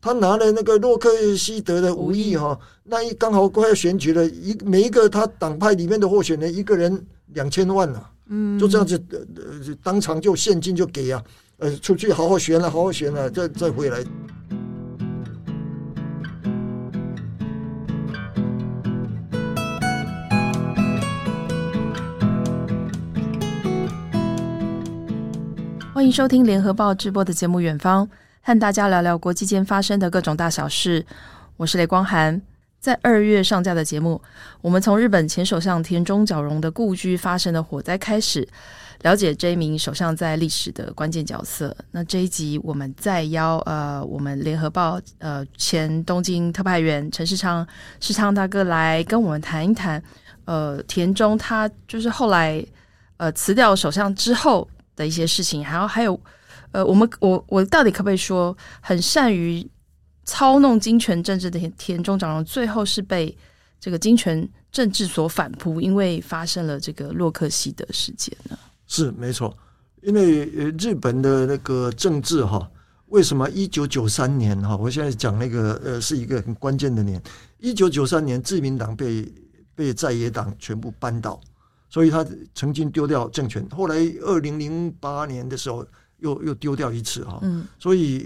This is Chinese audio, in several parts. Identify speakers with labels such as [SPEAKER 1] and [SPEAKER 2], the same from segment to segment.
[SPEAKER 1] 他拿了那个洛克希德的无意哈、那一刚好快要选举了，一每一个他党派里面的候选人，一个人两千万啊，
[SPEAKER 2] 嗯，
[SPEAKER 1] 就这样子，呃呃，就当场就现金就给啊，呃，出去好好选了、好好选了、再再回来。
[SPEAKER 2] 欢迎收听联合报直播的节目《远方》，和大家聊聊国际间发生的各种大小事。我是雷光涵。在二月上架的节目，我们从日本前首相田中角荣的故居发生的火灾开始，了解这一名首相在历史的关键角色。那这一集我们再邀呃，我们联合报呃前东京特派员陈世昌世昌大哥来跟我们谈一谈，呃，田中他就是后来呃辞掉首相之后的一些事情，还有还有，呃，我们我我到底可不可以说，很善于操弄金权政治的田田中长荣，最后是被这个金权政治所反扑，因为发生了这个洛克希德事件呢？
[SPEAKER 1] 是没错，因为呃日本的那个政治哈，为什么一九九三年哈，我现在讲那个呃是一个很关键的年，一九九三年自民党被被在野党全部扳倒，所以他曾经丢掉政权，后来二零零八年的时候又又丢掉一次哈，
[SPEAKER 2] 嗯
[SPEAKER 1] 所以，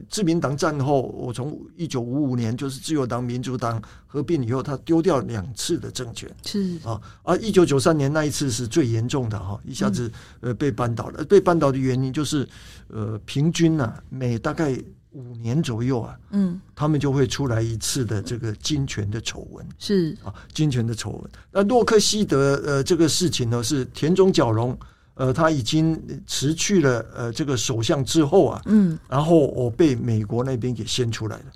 [SPEAKER 1] 呃，自民党战后，我从一九五五年就是自由党、民主党合并以后，他丢掉两次的政权
[SPEAKER 2] 是
[SPEAKER 1] 啊，而一九九三年那一次是最严重的哈、一下子呃被扳倒了。被扳倒的原因就是，呃，平均啊，每大概五年左右啊，
[SPEAKER 2] 嗯
[SPEAKER 1] 他们就会出来一次的这个金权的丑闻。
[SPEAKER 2] 是
[SPEAKER 1] 啊，金钱的丑闻。那洛克希德呃这个事情呢，是田中角荣呃他已经辞去了呃这个首相之后啊，
[SPEAKER 2] 嗯
[SPEAKER 1] 然后我被美国那边给掀出来了。啊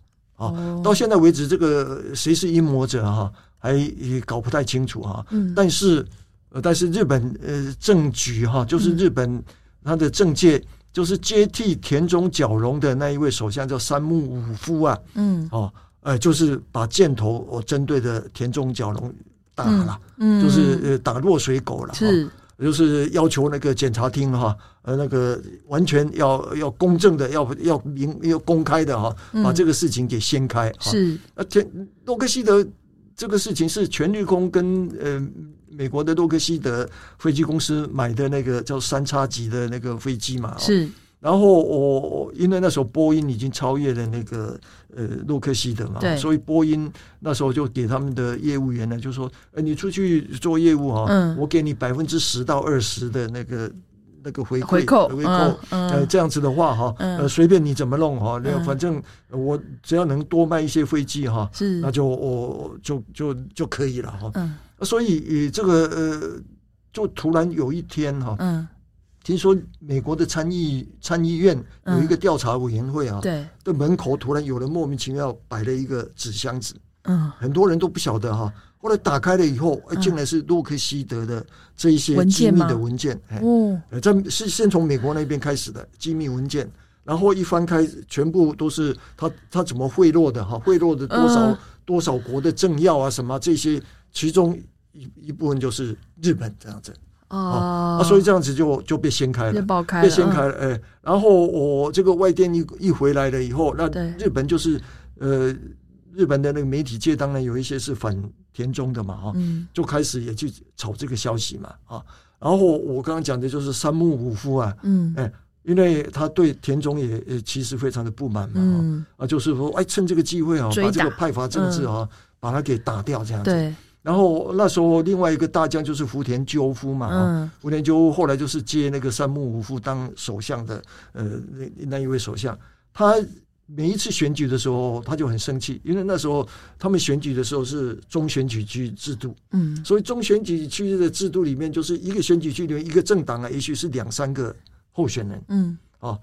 [SPEAKER 2] 哦
[SPEAKER 1] 到现在为止，这个呃谁是阴谋者哈、还也搞不太清楚哈、啊
[SPEAKER 2] 嗯
[SPEAKER 1] 但是呃，但是日本呃政局哈、就是
[SPEAKER 2] 嗯
[SPEAKER 1] 日本他的政界。就是接替田中角荣的那一位首相叫三木武夫啊，
[SPEAKER 2] 嗯
[SPEAKER 1] 哦，呃，就是把箭头我针对的田中角荣打了，
[SPEAKER 2] 嗯
[SPEAKER 1] 就是呃打落水狗了，
[SPEAKER 2] 是
[SPEAKER 1] 哦就是要求那个检察厅哈、呃，那个完全要要公正的，要要明要公开的哈、
[SPEAKER 2] 嗯
[SPEAKER 1] 把这个事情给掀开。哈
[SPEAKER 2] 是
[SPEAKER 1] 啊，田洛克希德这个事情是全日空跟呃美国的洛克希德飞机公司买的那个叫三叉戟的那个飞机嘛，哦
[SPEAKER 2] 是
[SPEAKER 1] 然后我我因为那时候波音已经超越了那个呃洛克希德嘛哦
[SPEAKER 2] 对，
[SPEAKER 1] 所以波音那时候就给他们的业务员呢，就说：“呃，你出去做业务啊，
[SPEAKER 2] 嗯
[SPEAKER 1] 我给你百分之十到二十的那个那个回馈
[SPEAKER 2] 回扣
[SPEAKER 1] 回
[SPEAKER 2] 嗯
[SPEAKER 1] 扣。呃，
[SPEAKER 2] 嗯
[SPEAKER 1] 这样子的话哈，
[SPEAKER 2] 嗯
[SPEAKER 1] 呃，随便你怎么弄哈，那
[SPEAKER 2] 嗯
[SPEAKER 1] 反正我只要能多卖一些飞机哈，
[SPEAKER 2] 是
[SPEAKER 1] 呃那就我就就就可以了哈。
[SPEAKER 2] 嗯
[SPEAKER 1] 所以呃这个呃，就突然有一天哈，
[SPEAKER 2] 嗯
[SPEAKER 1] 听说美国的参议参议院有一个调查委员会啊，
[SPEAKER 2] 嗯对
[SPEAKER 1] 的门口突然有人莫名其妙摆了一个纸箱子，
[SPEAKER 2] 嗯
[SPEAKER 1] 很多人都不晓得哈、后来打开了以后，哎
[SPEAKER 2] 嗯
[SPEAKER 1] 竟然是洛克希德的这一些
[SPEAKER 2] 文
[SPEAKER 1] 机
[SPEAKER 2] 件
[SPEAKER 1] 密
[SPEAKER 2] 吗
[SPEAKER 1] 的文件，哎
[SPEAKER 2] 哦
[SPEAKER 1] 呃，这是先从美国那边开始的机密文件，然后一翻开，全部都是他他怎么贿赂的哈，贿赂的多少、
[SPEAKER 2] 嗯
[SPEAKER 1] 多少国的政要啊什么这些，其中一一部分就是日本这样子，
[SPEAKER 2] 哦
[SPEAKER 1] 啊，所以这样子就就被掀开了
[SPEAKER 2] 就。爆开了嗯
[SPEAKER 1] 被掀开了，哎、然后我这个外电一一回来了以后，那
[SPEAKER 2] 对
[SPEAKER 1] 日本就是呃，日本的那个媒体界当然有一些是反田中的嘛，哈、
[SPEAKER 2] 嗯
[SPEAKER 1] 就开始也去炒这个消息嘛，啊，然后我刚刚讲的就是三木武夫啊，
[SPEAKER 2] 嗯
[SPEAKER 1] 哎、因为他对田中也也其实非常的不满嘛，哈
[SPEAKER 2] 嗯
[SPEAKER 1] 啊，就是说，哎，趁这个机会啊，
[SPEAKER 2] 追
[SPEAKER 1] 把这个
[SPEAKER 2] 打嗯
[SPEAKER 1] 派阀政治啊，把他给打掉这样子。
[SPEAKER 2] 对
[SPEAKER 1] 然后那时候另外一个大将就是福田赳夫嘛，哈
[SPEAKER 2] 嗯
[SPEAKER 1] 福田赳后来就是接那个三木武夫当首相的，呃，那那一位首相，他每一次选举的时候，他就很生气，因为那时候他们选举的时候是中选举区制度，
[SPEAKER 2] 嗯
[SPEAKER 1] 所以中选举区的制度里面，就是一个选举区里面一个政党啊，也许是两三个候选人
[SPEAKER 2] 嗯
[SPEAKER 1] 啊，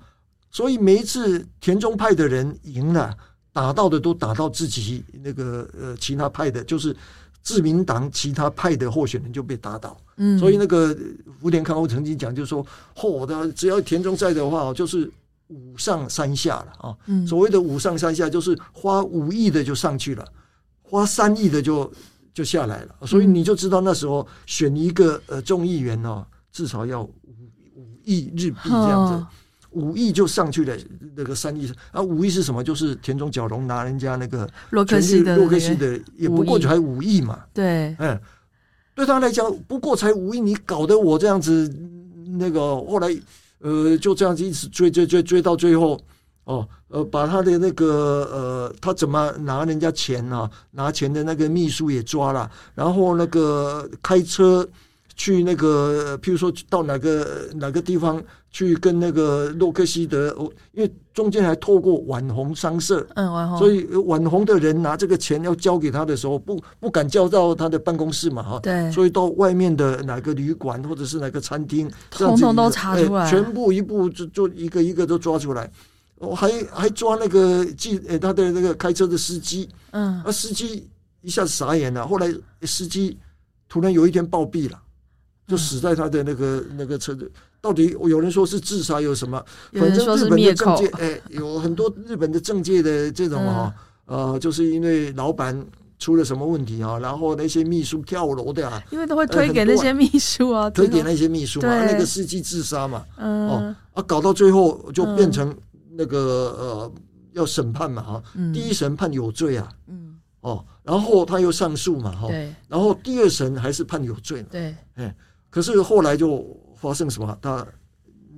[SPEAKER 1] 所以每一次田中派的人赢了，打到的都打到自己那个呃其他派的，就是自民党其他派的候选人就被打倒。
[SPEAKER 2] 嗯，
[SPEAKER 1] 所以那个福田康夫曾经讲，就是说，嚯、的只要田中在的话，就是五上三下了啊。
[SPEAKER 2] 嗯
[SPEAKER 1] 所谓的五上三下，就是花五亿的就上去了，花三亿的就就下来了。所以你就知道那时候选一个呃众议员哦，至少要五五亿日币这样子。
[SPEAKER 2] 哦
[SPEAKER 1] 五亿就上去了，那个三亿啊，五亿是什么？就是田中角荣拿人家那个
[SPEAKER 2] 洛克
[SPEAKER 1] 全
[SPEAKER 2] 希
[SPEAKER 1] 日
[SPEAKER 2] 的
[SPEAKER 1] 洛克
[SPEAKER 2] 那
[SPEAKER 1] 希
[SPEAKER 2] 个
[SPEAKER 1] 的，也不过才五亿嘛，
[SPEAKER 2] 对
[SPEAKER 1] 嗯，对他来讲不过才五亿，你搞得我这样子，那个后来呃就这样子一直追追追追到最后，哦呃把他的那个呃他怎么拿人家钱啊，拿钱的那个秘书也抓了，然后那个开车去那个，譬如说到哪个哪个地方去跟那个洛克希德，哦因为中间还透过晚红商社，
[SPEAKER 2] 嗯，然后
[SPEAKER 1] 所以晚红的人拿这个钱要交给他的时候，不不敢交到他的办公室嘛，哈。
[SPEAKER 2] 对
[SPEAKER 1] 所以到外面的哪个旅馆或者是哪个餐厅，
[SPEAKER 2] 统
[SPEAKER 1] 这样子
[SPEAKER 2] 统都
[SPEAKER 1] 一个
[SPEAKER 2] 查
[SPEAKER 1] 哎
[SPEAKER 2] 出来
[SPEAKER 1] 全部一步就就一个一个都抓出来，我还还抓那个记呃他的那个开车的司机，
[SPEAKER 2] 嗯
[SPEAKER 1] 那司机一下子傻眼了，后来哎司机突然有一天暴毙了，
[SPEAKER 2] 嗯
[SPEAKER 1] 就死在他的那个那个车子。到底有人说是自杀，有什么？
[SPEAKER 2] 有
[SPEAKER 1] 反
[SPEAKER 2] 人
[SPEAKER 1] 正
[SPEAKER 2] 说
[SPEAKER 1] 日
[SPEAKER 2] 是
[SPEAKER 1] 本
[SPEAKER 2] 灭
[SPEAKER 1] 的政
[SPEAKER 2] 口
[SPEAKER 1] 界，哎，有很多日本的政界的这种啊、
[SPEAKER 2] 嗯
[SPEAKER 1] 呃，就是因为老板出了什么问题啊，然后那些秘书跳楼的啊，
[SPEAKER 2] 因为都会
[SPEAKER 1] 呃
[SPEAKER 2] 推
[SPEAKER 1] 很
[SPEAKER 2] 给那
[SPEAKER 1] 多啊
[SPEAKER 2] 些秘书啊，
[SPEAKER 1] 推
[SPEAKER 2] 最
[SPEAKER 1] 给
[SPEAKER 2] 后
[SPEAKER 1] 那些秘书嘛，
[SPEAKER 2] 对
[SPEAKER 1] 那个司机自杀嘛，
[SPEAKER 2] 嗯
[SPEAKER 1] 哦啊，搞到最后就变成那个、呃要审判嘛哈，
[SPEAKER 2] 嗯
[SPEAKER 1] 第一审判有罪啊，
[SPEAKER 2] 嗯
[SPEAKER 1] 哦，然后他又上诉嘛哈，
[SPEAKER 2] 对
[SPEAKER 1] 然后第二审还是判有罪嘛，
[SPEAKER 2] 对
[SPEAKER 1] 可是后来就发生什么，他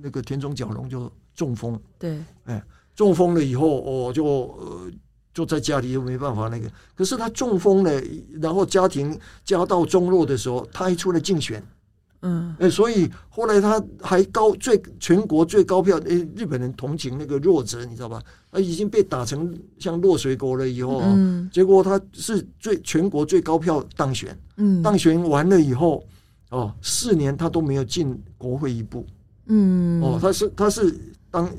[SPEAKER 1] 那个田中角荣就中风。
[SPEAKER 2] 对
[SPEAKER 1] 中风了以后，我、就呃就在家里又没办法那个。可是他中风了，然后家庭家道中落的时候，他还出来竞选，
[SPEAKER 2] 嗯
[SPEAKER 1] 哎、所以后来他还高最全国最高票，哎、日本人同情那个弱者，你知道吧？他已经被打成像落水狗了以后啊，
[SPEAKER 2] 嗯
[SPEAKER 1] 结果他是最全国最高票当选，
[SPEAKER 2] 嗯
[SPEAKER 1] 当选完了以后。哦，四年他都没有进国会一步。哦，
[SPEAKER 2] 嗯，
[SPEAKER 1] 他是他是当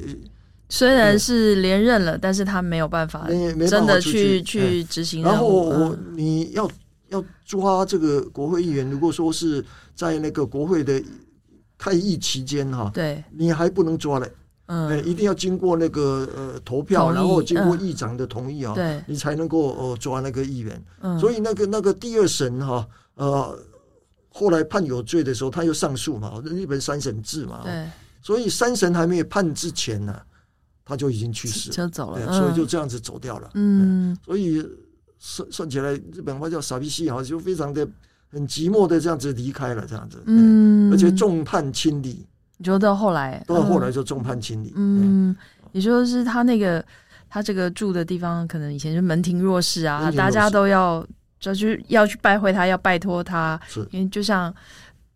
[SPEAKER 2] 虽然是连任了，但是他没有办法
[SPEAKER 1] 没没办法
[SPEAKER 2] 啊真的
[SPEAKER 1] 出
[SPEAKER 2] 去
[SPEAKER 1] 去哎
[SPEAKER 2] 去执行
[SPEAKER 1] 然
[SPEAKER 2] 任
[SPEAKER 1] 后
[SPEAKER 2] 务，
[SPEAKER 1] 我
[SPEAKER 2] 嗯
[SPEAKER 1] 你要要抓这个国会议员，如果说是在那个国会的开议期间哈、
[SPEAKER 2] 对
[SPEAKER 1] 你还不能抓嘞，呃，
[SPEAKER 2] 嗯
[SPEAKER 1] 一定要经过那个呃投
[SPEAKER 2] 同
[SPEAKER 1] 票，
[SPEAKER 2] 意
[SPEAKER 1] 然后经过
[SPEAKER 2] 嗯
[SPEAKER 1] 议长的同意啊、
[SPEAKER 2] 对
[SPEAKER 1] 你才能够呃抓那个议员。
[SPEAKER 2] 嗯，
[SPEAKER 1] 所
[SPEAKER 2] 以
[SPEAKER 1] 以那个那个第二审哈、呃，后来判有罪的时候，他又上诉嘛，日本三审制嘛，
[SPEAKER 2] 对
[SPEAKER 1] 所以三审还没有判之前呢、他就已经去世了，
[SPEAKER 2] 就走了
[SPEAKER 1] 对，，
[SPEAKER 2] 嗯
[SPEAKER 1] 所以就这样子走掉了。
[SPEAKER 2] 嗯
[SPEAKER 1] 所以算算起来，日本话叫傻逼戏哈，就非常的很寂寞的这样子离开了，这样子，哎，
[SPEAKER 2] 嗯，
[SPEAKER 1] 而且重判亲离，
[SPEAKER 2] 你说到后来
[SPEAKER 1] 到后来
[SPEAKER 2] 嗯
[SPEAKER 1] 就重判亲离，哎，
[SPEAKER 2] 嗯，也就是他那个他这个住的地方，可能以前是门庭若市啊，
[SPEAKER 1] 门庭
[SPEAKER 2] 大
[SPEAKER 1] 若市
[SPEAKER 2] 家都要就去要去拜会他，要拜托他，
[SPEAKER 1] 哎是
[SPEAKER 2] 因为就像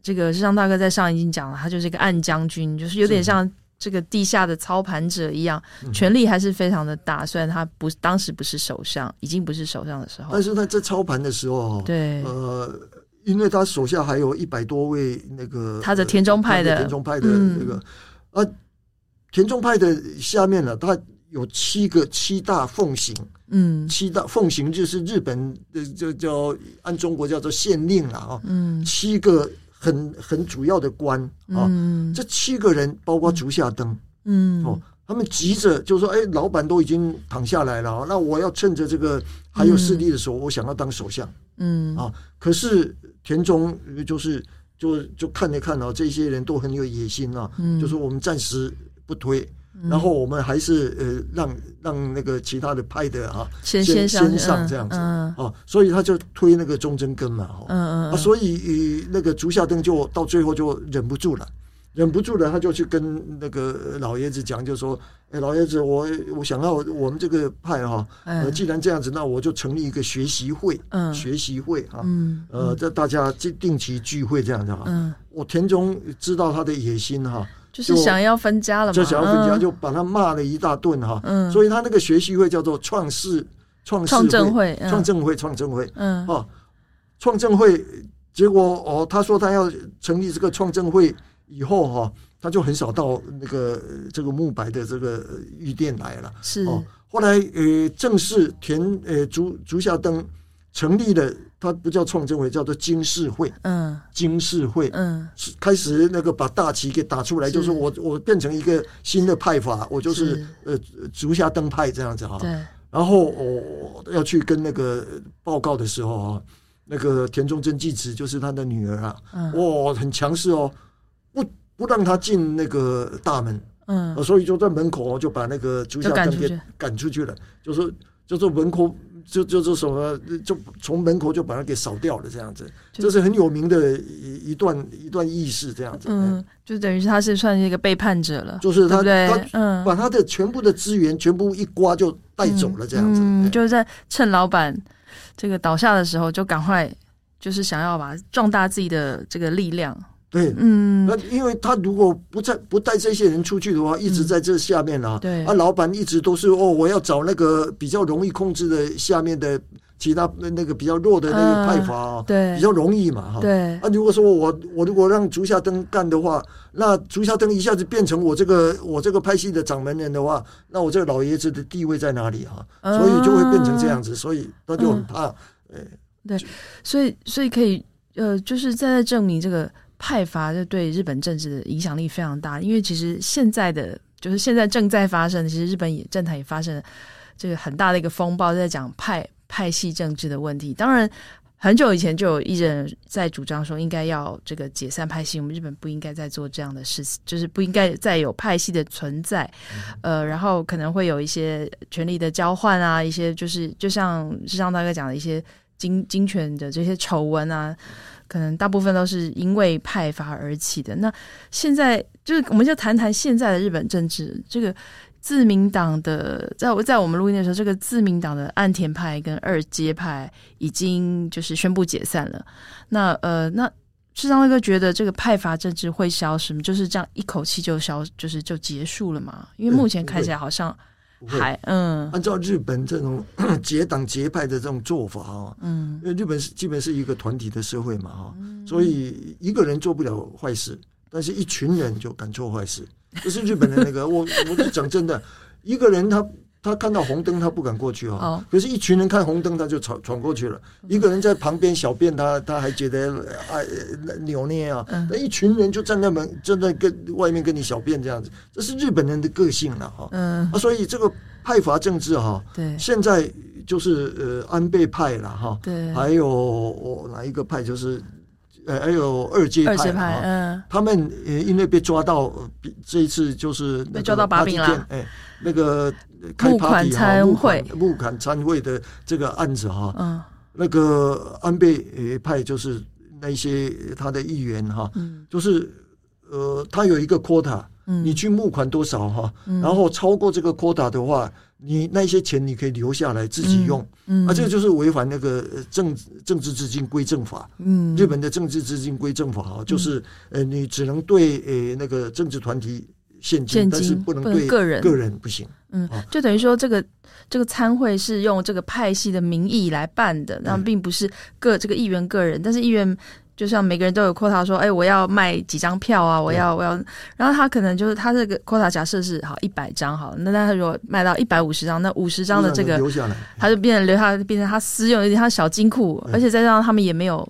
[SPEAKER 2] 这个世上大哥在上一集讲了，他就是一个暗将军，就是有点
[SPEAKER 1] 是
[SPEAKER 2] 像这个地下的操盘者一样，
[SPEAKER 1] 嗯
[SPEAKER 2] 权力还是非常的大。虽然他不当时不是首相，已经不是首相的时候
[SPEAKER 1] 但，是他在操盘的时候哈，
[SPEAKER 2] 对，
[SPEAKER 1] 呃，因为他手下还有一百多位那个
[SPEAKER 2] 他的田中派的
[SPEAKER 1] 他田中派的
[SPEAKER 2] 嗯
[SPEAKER 1] 那个，啊，田中派的下面呢，他有七个七大奉行，
[SPEAKER 2] 嗯
[SPEAKER 1] 七大奉行就是日本的就叫按中国叫做县令了啊，
[SPEAKER 2] 嗯
[SPEAKER 1] 七个很很主要的官啊，
[SPEAKER 2] 嗯
[SPEAKER 1] 这七个人包括竹下登、
[SPEAKER 2] 嗯
[SPEAKER 1] 哦，他们急着就说：“哎，老板都已经躺下来了啊，那我要趁着这个还有势力的时候，我想要当首相。
[SPEAKER 2] 嗯
[SPEAKER 1] 啊”可是田中呃就是就就看了看啊，这些人都很有野心啊，
[SPEAKER 2] 嗯
[SPEAKER 1] 就说我们暂时不推，
[SPEAKER 2] 嗯
[SPEAKER 1] 然后我们还是呃让让那个其他的派的啊
[SPEAKER 2] 先
[SPEAKER 1] 先
[SPEAKER 2] 上
[SPEAKER 1] 先上
[SPEAKER 2] 嗯
[SPEAKER 1] 这样子
[SPEAKER 2] 嗯
[SPEAKER 1] 啊，所以他就推那个中贞根嘛，哦，
[SPEAKER 2] 嗯嗯
[SPEAKER 1] 啊，，所以呃那个竹下登就到最后就忍不住了，忍不住了，他就去跟那个老爷子讲，就说：“哎，老爷子，我我想要我们这个派哈、呃，
[SPEAKER 2] 嗯
[SPEAKER 1] 既然这样子，那我就成立一个学习会，
[SPEAKER 2] 嗯
[SPEAKER 1] 学习会啊，
[SPEAKER 2] 嗯
[SPEAKER 1] 呃，这大家定定期聚会这样子啊。
[SPEAKER 2] 嗯，
[SPEAKER 1] 我田中知道他的野心哈、
[SPEAKER 2] 就是想要分家了嘛，
[SPEAKER 1] 就想要分家，
[SPEAKER 2] 嗯
[SPEAKER 1] 就把他骂了一大顿哈、
[SPEAKER 2] 嗯
[SPEAKER 1] 所以他那个学习会叫做创世创世
[SPEAKER 2] 创政会，嗯
[SPEAKER 1] 创政会创政会。
[SPEAKER 2] 嗯
[SPEAKER 1] 哦，创政会，结果哦，他说他要成立这个创政会以后哈、他就很少到那个呃这个慕白的这个呃御殿来了。
[SPEAKER 2] 是
[SPEAKER 1] 哦，后来呃，正式田呃竹竹下登成立了，他不叫创政会，叫做经世会，
[SPEAKER 2] 嗯
[SPEAKER 1] 经世会。
[SPEAKER 2] 嗯
[SPEAKER 1] 是开始那个把大旗给打出来，
[SPEAKER 2] 是
[SPEAKER 1] 就是我我变成一个新的派法，我就是啊呃竹下登派这样子哈、
[SPEAKER 2] 对
[SPEAKER 1] 然后我、要去跟那个报告的时候啊，那个田中真纪子就是他的女儿啊，
[SPEAKER 2] 嗯
[SPEAKER 1] 哇、很强势哦，不不让他进那个大门，
[SPEAKER 2] 嗯
[SPEAKER 1] 啊，所以就在门口就把那个竹
[SPEAKER 2] 就
[SPEAKER 1] 下
[SPEAKER 2] 赶
[SPEAKER 1] 干
[SPEAKER 2] 出
[SPEAKER 1] 给
[SPEAKER 2] 去
[SPEAKER 1] 赶出去了，就说就说门口就就是什么，就从门口就把它给扫掉了，这样子，
[SPEAKER 2] 就
[SPEAKER 1] 这是很有名的一一段一段轶事，这样子，嗯，
[SPEAKER 2] 嗯，就等于是他是算是一个背叛者了，
[SPEAKER 1] 就是
[SPEAKER 2] 对
[SPEAKER 1] 他
[SPEAKER 2] 不对
[SPEAKER 1] 他？
[SPEAKER 2] 嗯，
[SPEAKER 1] 把他的全部的资源全部一刮就带走了，这样子，
[SPEAKER 2] 嗯，
[SPEAKER 1] 哎
[SPEAKER 2] 就是在趁老板这个倒下的时候，就赶快就是想要把壮大自己的这个力量。
[SPEAKER 1] 对。
[SPEAKER 2] 嗯
[SPEAKER 1] 那，因为他如果不在不带这些人出去的话，一直在这下面啊，
[SPEAKER 2] 嗯对
[SPEAKER 1] 啊，老板一直都是哦，我要找那个比较容易控制的下面的其他那个比较弱的那个派阀啊，
[SPEAKER 2] 对
[SPEAKER 1] 比，较容易嘛哈。
[SPEAKER 2] 对，
[SPEAKER 1] 啊，如果说我我如果让竹下登干的话，那竹下登一下子变成我这个我这个拍戏的掌门人的话，那我这个老爷子的地位在哪里啊？
[SPEAKER 2] 嗯
[SPEAKER 1] 所以就会变成这样子，所以他就很怕。
[SPEAKER 2] 所以所以可以呃，就是在在证明这个派阀就对日本政治的影响力非常大，因为其实现在的就是现在正在发生的，其实日本也政坛也发生了这个很大的一个风暴，在讲派派系政治的问题。当然。很久以前就有艺人在主张说，应该要这个解散派系，我们日本不应该再做这样的事情，就是不应该再有派系的存在。呃，然后可能会有一些权力的交换啊，一些就是就像是像大哥讲的一些金金权的这些丑闻啊，可能大部分都是因为派阀而起的。那现在就是，我们就谈谈现在的日本政治。这个自民党的，在我在我们录音的时候，这个自民党的岸田派跟二阶派已经就是宣布解散了。那呃，那市长大哥觉得这个派阀政治会消失吗？就是这样一口气就消，就是就结束了嘛？因为目前
[SPEAKER 1] 嗯不
[SPEAKER 2] 看起
[SPEAKER 1] 会
[SPEAKER 2] 来好像
[SPEAKER 1] 不会
[SPEAKER 2] 还嗯
[SPEAKER 1] 按照日本这种 结党结派的这种做法啊，
[SPEAKER 2] 嗯
[SPEAKER 1] 因为日本是基本是一个团体的社会嘛，哈，所以一个人做不了坏事，但是一群人就敢做坏事，这是日本的那个。我我就讲真的，一个人他他看到红灯他不敢过去啊、
[SPEAKER 2] 哦嗯
[SPEAKER 1] 可是一群人看红灯他就闯闯过去了，一个人在旁边小便他他还觉得哎扭捏啊，
[SPEAKER 2] 嗯
[SPEAKER 1] 那一群人就站在门站在跟外面跟你小便这样子，这是日本人的个性了哈、
[SPEAKER 2] 嗯，
[SPEAKER 1] 啊，所以这个派阀政治哈、
[SPEAKER 2] 对
[SPEAKER 1] 现在就是呃安倍派了哈，
[SPEAKER 2] 对，
[SPEAKER 1] 还有我哪一个派就是呃还有二阶派
[SPEAKER 2] 二
[SPEAKER 1] 啦
[SPEAKER 2] 阶派
[SPEAKER 1] 哈
[SPEAKER 2] 嗯。
[SPEAKER 1] 他们呃因为被抓到，呃比这一次就是那个
[SPEAKER 2] 被抓到把柄啦
[SPEAKER 1] party 店哎，那个呃开
[SPEAKER 2] 募款
[SPEAKER 1] party 哈
[SPEAKER 2] 参会
[SPEAKER 1] 募款募款参会的这个案子哈，
[SPEAKER 2] 嗯
[SPEAKER 1] 那个安倍呃派就是那些呃他的议员哈，
[SPEAKER 2] 嗯
[SPEAKER 1] 就是呃他有一个 quota，
[SPEAKER 2] 嗯，
[SPEAKER 1] 你去募款多少哈，
[SPEAKER 2] 嗯
[SPEAKER 1] 然后超过这个 quota 的话，你那些钱你可以留下来自己用，
[SPEAKER 2] 嗯，
[SPEAKER 1] 啊，这个就是违反那个呃政政治资金归政法。
[SPEAKER 2] 嗯
[SPEAKER 1] 日本的政治资金归政法啊，就是呃，你只能对呃那个政治团体现
[SPEAKER 2] 现金
[SPEAKER 1] 金，但是不能
[SPEAKER 2] 不能
[SPEAKER 1] 对
[SPEAKER 2] 个人
[SPEAKER 1] 个人不行。
[SPEAKER 2] 嗯
[SPEAKER 1] 啊，
[SPEAKER 2] 就等于说这个这个参会是用这个派系的名义来办的，那
[SPEAKER 1] 嗯
[SPEAKER 2] 并不是个这个议员个人，但是议员。就像每个人都有 quota 说，哎，我要卖几张票啊，我要我要，然后他可能就是他这个 quota 假设是好一百张好，那他如果卖到一百五十张，那五十张的这
[SPEAKER 1] 不能
[SPEAKER 2] 个
[SPEAKER 1] 留下来，
[SPEAKER 2] 他就变成留下变成他私用，有点像小金库，
[SPEAKER 1] 嗯
[SPEAKER 2] 而且再加上他们也没有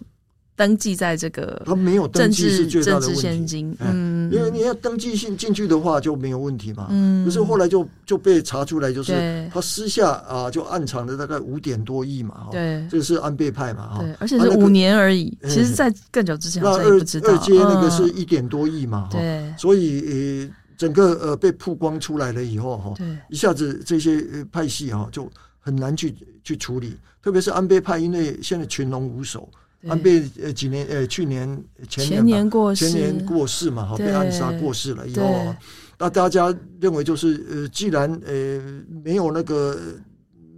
[SPEAKER 2] 登记在这个
[SPEAKER 1] 他没有登
[SPEAKER 2] 政
[SPEAKER 1] 记
[SPEAKER 2] 治
[SPEAKER 1] 是最大
[SPEAKER 2] 政
[SPEAKER 1] 的
[SPEAKER 2] 治现
[SPEAKER 1] 问题。
[SPEAKER 2] 金，
[SPEAKER 1] 哎
[SPEAKER 2] 嗯，
[SPEAKER 1] 因为你要登记进进去的话就没有问题嘛。
[SPEAKER 2] 嗯
[SPEAKER 1] 可是后来就就被查出来，就是
[SPEAKER 2] 对
[SPEAKER 1] 他私下啊就暗藏了大概五点多亿嘛，哈，
[SPEAKER 2] 对
[SPEAKER 1] 这个是安倍派嘛，哈。
[SPEAKER 2] 对，而且
[SPEAKER 1] 啊
[SPEAKER 2] 是
[SPEAKER 1] 那个
[SPEAKER 2] 五年而已。
[SPEAKER 1] 嗯
[SPEAKER 2] 其实，在更久之前
[SPEAKER 1] 那
[SPEAKER 2] 好像也
[SPEAKER 1] 二
[SPEAKER 2] 不知道。
[SPEAKER 1] 二阶那个
[SPEAKER 2] 嗯
[SPEAKER 1] 是一点多亿嘛，哈、
[SPEAKER 2] 对
[SPEAKER 1] 所以呃整个呃被曝光出来了以后哈、
[SPEAKER 2] 对，
[SPEAKER 1] 一下子这些呃派系哈、就很难去去处理，特别是安倍派，因为现在群龙无首，
[SPEAKER 2] 对
[SPEAKER 1] 安倍呃几年呃去年前
[SPEAKER 2] 前
[SPEAKER 1] 年吧
[SPEAKER 2] 年过世，
[SPEAKER 1] 前年过世嘛，哈、
[SPEAKER 2] 对
[SPEAKER 1] 被暗杀过世了以后
[SPEAKER 2] 对
[SPEAKER 1] 啊，那大家认为就是呃，既然呃没有那个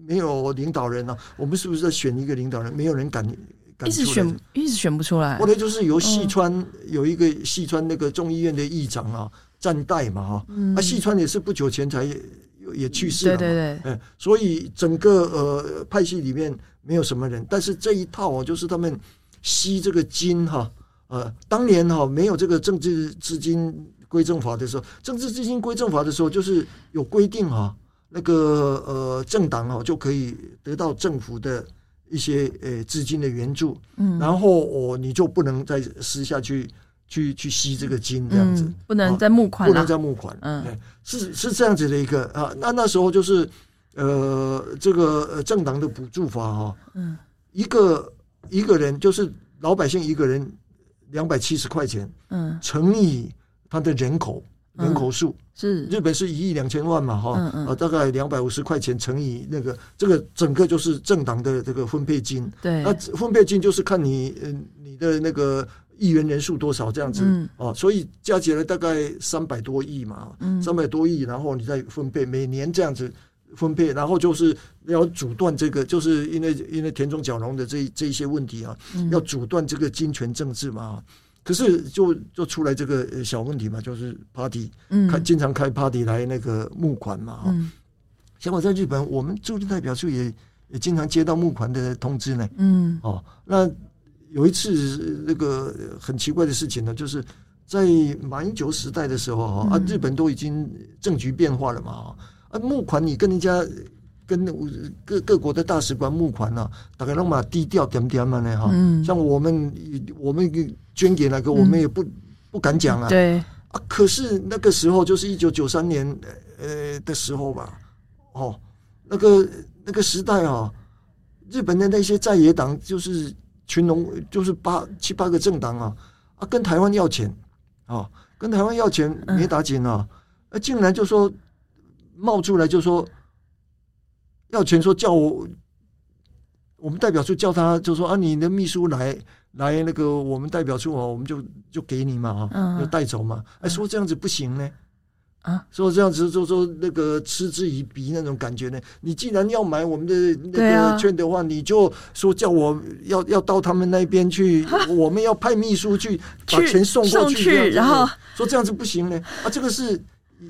[SPEAKER 1] 没有领导人了、啊我们是不是在选一个领导人？没有人敢敢
[SPEAKER 2] 一直
[SPEAKER 1] 出来
[SPEAKER 2] 选一直选不出来
[SPEAKER 1] 后。来就是由细
[SPEAKER 2] 嗯
[SPEAKER 1] 川、有一个细川那个众议院的议长啊，战代嘛哈、
[SPEAKER 2] 嗯
[SPEAKER 1] 啊，细川也是不久前才也也去世了
[SPEAKER 2] 对
[SPEAKER 1] 嘛，
[SPEAKER 2] 对对，
[SPEAKER 1] 嗯，所以整个呃派系里面没有什么人，但是这一套哦，就是他们吸这个金哈、呃，当年哈、没有这个政治资金归正法的时候，政治资金归正法的时候就是有规定哈、那个呃政党哈、就可以得到政府的一些呃资金的援助，
[SPEAKER 2] 嗯，
[SPEAKER 1] 然后我、你就不能再私下去去去吸这个金这样子，
[SPEAKER 2] 嗯，不能
[SPEAKER 1] 啊
[SPEAKER 2] 再募款
[SPEAKER 1] 不能
[SPEAKER 2] 了。
[SPEAKER 1] 再募款。
[SPEAKER 2] 嗯
[SPEAKER 1] 哎，是是这样子的一个啊，那那时候就是呃，这个呃政党的补助法哈、
[SPEAKER 2] 嗯，
[SPEAKER 1] 一个一个人就是老百姓一个人两百七十块钱
[SPEAKER 2] 嗯
[SPEAKER 1] 乘以他的人口，人口数，
[SPEAKER 2] 是
[SPEAKER 1] 日本是一亿两千万嘛，哈、
[SPEAKER 2] 嗯嗯
[SPEAKER 1] 啊，大概两百五十块钱乘以那个，这个整个就是政党的这个分配金。
[SPEAKER 2] 对
[SPEAKER 1] 那，分配金就是看你，嗯，你的那个议员人数多少这样子，
[SPEAKER 2] 嗯
[SPEAKER 1] 哦，所以加起来大概三百多亿嘛，
[SPEAKER 2] 嗯
[SPEAKER 1] 三百多亿，然后你再分配，每年这样子分配，然后就是要阻断这个，就是因为因为田中角荣的这一这一些问题啊，
[SPEAKER 2] 嗯
[SPEAKER 1] 要阻断这个金权政治嘛。可是就就出来这个呃小问题嘛，就是 party
[SPEAKER 2] 嗯
[SPEAKER 1] 开经常开 party 来那个募款嘛哈。
[SPEAKER 2] 嗯
[SPEAKER 1] 像我在日本，我们驻日代表处也也经常接到募款的通知呢。
[SPEAKER 2] 嗯
[SPEAKER 1] 哦，那有一次那个很奇怪的事情呢，就是在马英九时代的时候哈、啊
[SPEAKER 2] 嗯，
[SPEAKER 1] 日本都已经政局变化了嘛啊，募款你跟人家跟各各国的大使馆募款啊，大概都嘛低调点点嘛呢哈，
[SPEAKER 2] 嗯
[SPEAKER 1] 啊像我们我们捐给那个，我们也
[SPEAKER 2] 嗯
[SPEAKER 1] 不、不敢讲啊，
[SPEAKER 2] 对，
[SPEAKER 1] 啊，可是那个时候就是一九九三年呃的时候吧，哦，那个那个时代啊，日本的那些在野党就是群龙，就是八七八个政党啊，啊，跟台湾要钱啊，跟台湾要钱
[SPEAKER 2] 嗯
[SPEAKER 1] 没打紧啊，啊，竟然就说冒出来就说要钱，说叫我。我们代表处叫他就说啊，你的秘书来来那个我们代表处啊，我们就就给你嘛啊，
[SPEAKER 2] 嗯
[SPEAKER 1] 就带走嘛。哎，说这样子不行呢，
[SPEAKER 2] 啊，
[SPEAKER 1] 说这样子就说那个嗤之以鼻那种感觉呢。你既然要买我们的
[SPEAKER 2] 对
[SPEAKER 1] 那
[SPEAKER 2] 啊
[SPEAKER 1] 个券的话，你就说叫我要要到他们那边去，我们要派秘书去把
[SPEAKER 2] 去
[SPEAKER 1] 钱送过
[SPEAKER 2] 送
[SPEAKER 1] 这样子
[SPEAKER 2] 去然后
[SPEAKER 1] 说这样子不行呢，啊，这个是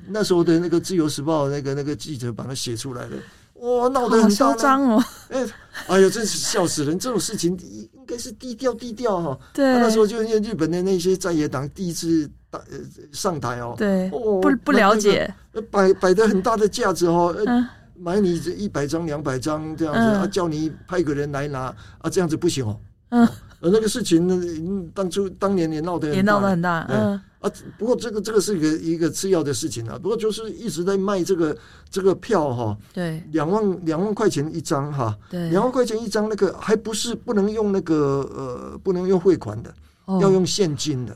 [SPEAKER 1] 那时候的那个《自由时报》那个那个记者把它写出来的。哇，闹得很
[SPEAKER 2] 好
[SPEAKER 1] 大
[SPEAKER 2] 嚣
[SPEAKER 1] 呢
[SPEAKER 2] 张哦，
[SPEAKER 1] 哎，哎呀，真是笑死人！这种事情应应该是低调低调哈、
[SPEAKER 2] 对，
[SPEAKER 1] 那时候就因为日本的那些在野党第一次打呃上台哦，
[SPEAKER 2] 对
[SPEAKER 1] 哦
[SPEAKER 2] 不不了解，
[SPEAKER 1] 那那个摆摆的很大的价值哦，呃
[SPEAKER 2] 嗯
[SPEAKER 1] 买你这一百张两百张这样子，
[SPEAKER 2] 嗯
[SPEAKER 1] 啊，叫你派个人来拿啊，这样子不行哦。
[SPEAKER 2] 嗯，
[SPEAKER 1] 呃，那个事情呢，嗯当初当年也闹得很
[SPEAKER 2] 也闹
[SPEAKER 1] 大
[SPEAKER 2] 得很大，
[SPEAKER 1] 对
[SPEAKER 2] 嗯
[SPEAKER 1] 啊，不过这个这个是一个一个次要的事情啊，不过就是一直在卖这个这个票哈、
[SPEAKER 2] 对
[SPEAKER 1] 两万两万块钱一张哈、
[SPEAKER 2] 对，
[SPEAKER 1] 两万块钱一张，那个还不是不能用那个呃，不能用汇款的，
[SPEAKER 2] 哦
[SPEAKER 1] 要用现金的，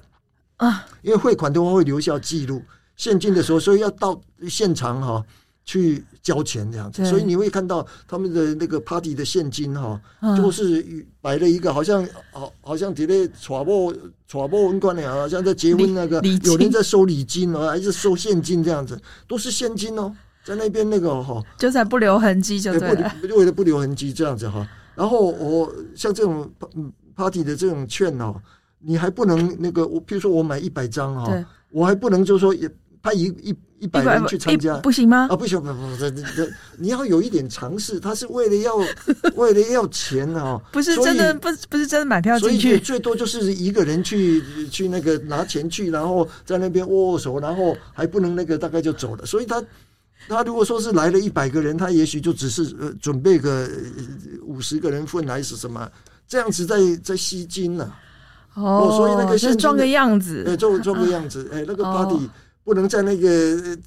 [SPEAKER 2] 啊，
[SPEAKER 1] 因为汇款的话会留下记录，现金的时候，所以要到现场哈、去交钱这样子，
[SPEAKER 2] 对
[SPEAKER 1] 所以你会看到他们的那个 party 的现金哈、
[SPEAKER 2] 嗯
[SPEAKER 1] 就是摆了一个好像好好像底在娶某娶某文官的，好像在结婚那个
[SPEAKER 2] 礼礼，金
[SPEAKER 1] 有人在收礼金哦，还是收现金这样子，都是现金哦，在那边那个哈、
[SPEAKER 2] 就才不留痕迹就
[SPEAKER 1] 也
[SPEAKER 2] 对
[SPEAKER 1] 不
[SPEAKER 2] 了，
[SPEAKER 1] 留为了不留痕迹这样子哈。然后我像这种嗯 party 的这种券哦，你还不能那个，我譬如说我买一百张
[SPEAKER 2] 对
[SPEAKER 1] 哈，我还不能就说也派一一一啊百人去参加
[SPEAKER 2] 一。不行吗
[SPEAKER 1] 啊，？不行，不不不，这这这，你要有一点尝试，他是为了要 为了要钱哦，
[SPEAKER 2] 不是
[SPEAKER 1] 所以
[SPEAKER 2] 真的，不不是真的买票
[SPEAKER 1] 所
[SPEAKER 2] 进
[SPEAKER 1] 以就
[SPEAKER 2] 去，
[SPEAKER 1] 最多就是一个人去去那个拿钱去，然后在那边握握手，然后还不能那个，大概就走了。所以他他如果说是来了一百个人，他也许就只是呃准备个五十个人份还是什么。这样子在在吸金呐、啊，
[SPEAKER 2] 哦
[SPEAKER 1] 所以那个现金
[SPEAKER 2] 就
[SPEAKER 1] 的
[SPEAKER 2] 装个样
[SPEAKER 1] 呃，
[SPEAKER 2] 子，
[SPEAKER 1] 就这个样子，哎、那个
[SPEAKER 2] 哦
[SPEAKER 1] party 不能在那个，呃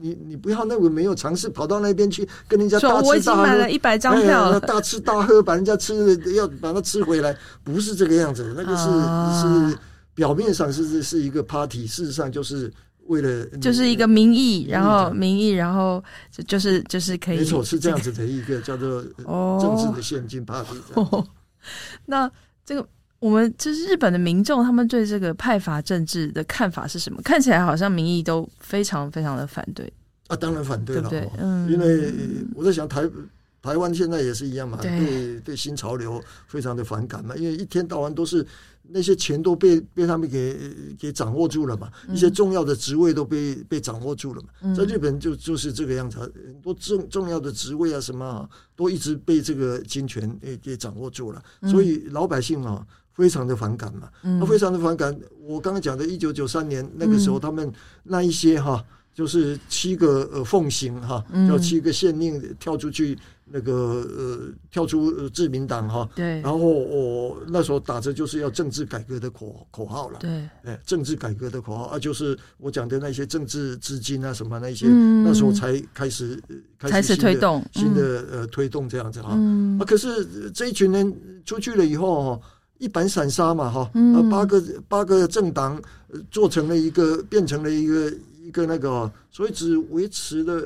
[SPEAKER 1] 你你不要那个没有尝试跑到那边去跟人家
[SPEAKER 2] 说
[SPEAKER 1] 大
[SPEAKER 2] 我已
[SPEAKER 1] 吃
[SPEAKER 2] 经
[SPEAKER 1] 大喝，
[SPEAKER 2] 买了一百张
[SPEAKER 1] 哎呀
[SPEAKER 2] 票
[SPEAKER 1] 那
[SPEAKER 2] 了，
[SPEAKER 1] 大吃大喝，把人家吃的要把它吃回来，不是这个样子。那个是、
[SPEAKER 2] 啊
[SPEAKER 1] 是表面上是是是一个 party，事实上就是为了嗯
[SPEAKER 2] 就是一个名义，
[SPEAKER 1] 义
[SPEAKER 2] 然后
[SPEAKER 1] 的
[SPEAKER 2] 名义，然后就就是就是可以，
[SPEAKER 1] 没错是这样子的一个叫做
[SPEAKER 2] 哦
[SPEAKER 1] 政治的现金 party 这样。
[SPEAKER 2] 那这个我们就是日本的民众，他们对这个派阀政治的看法是什么？看起来好像民意都非常非常的反对，
[SPEAKER 1] 啊，当然反对
[SPEAKER 2] 对
[SPEAKER 1] 了
[SPEAKER 2] 不
[SPEAKER 1] 哦，
[SPEAKER 2] 对？嗯，
[SPEAKER 1] 因为我在想台。台湾现在也是一样嘛，
[SPEAKER 2] 对
[SPEAKER 1] 对对新潮流非常的反感嘛，因为一天到晚都是那些钱都被被他们给给掌握住了嘛，一些重要的职位都被被掌握住了嘛，
[SPEAKER 2] 嗯
[SPEAKER 1] 在日本就就是这个样子啊，很多重重要的职位啊什么啊，都一直被这个金权诶给掌握住了，所以老百姓啊非常的反感嘛，
[SPEAKER 2] 嗯
[SPEAKER 1] 他非常的反感。我刚刚讲的，一九九三年那个时候，
[SPEAKER 2] 嗯
[SPEAKER 1] 他们那一些哈，就是七个呃奉行哈
[SPEAKER 2] 嗯，
[SPEAKER 1] 叫七个县令跳出去那个呃跳出呃自民党哈，
[SPEAKER 2] 对
[SPEAKER 1] 然后我那时候打着就是要政治改革的口口号了。
[SPEAKER 2] 对，
[SPEAKER 1] 哎，政治改革的口号啊，就是我讲的那些政治资金啊，什么那些，
[SPEAKER 2] 嗯
[SPEAKER 1] 那时候才开始呃开始
[SPEAKER 2] 开始
[SPEAKER 1] 新的
[SPEAKER 2] 推动
[SPEAKER 1] 新的呃推动这样子哈。
[SPEAKER 2] 嗯
[SPEAKER 1] 啊，可是呃这一群人出去了以后哦，一盘散沙嘛哈，
[SPEAKER 2] 嗯
[SPEAKER 1] 啊八个八个政党呃做成了一个变成了一个一一个那个、哦，所以只维持了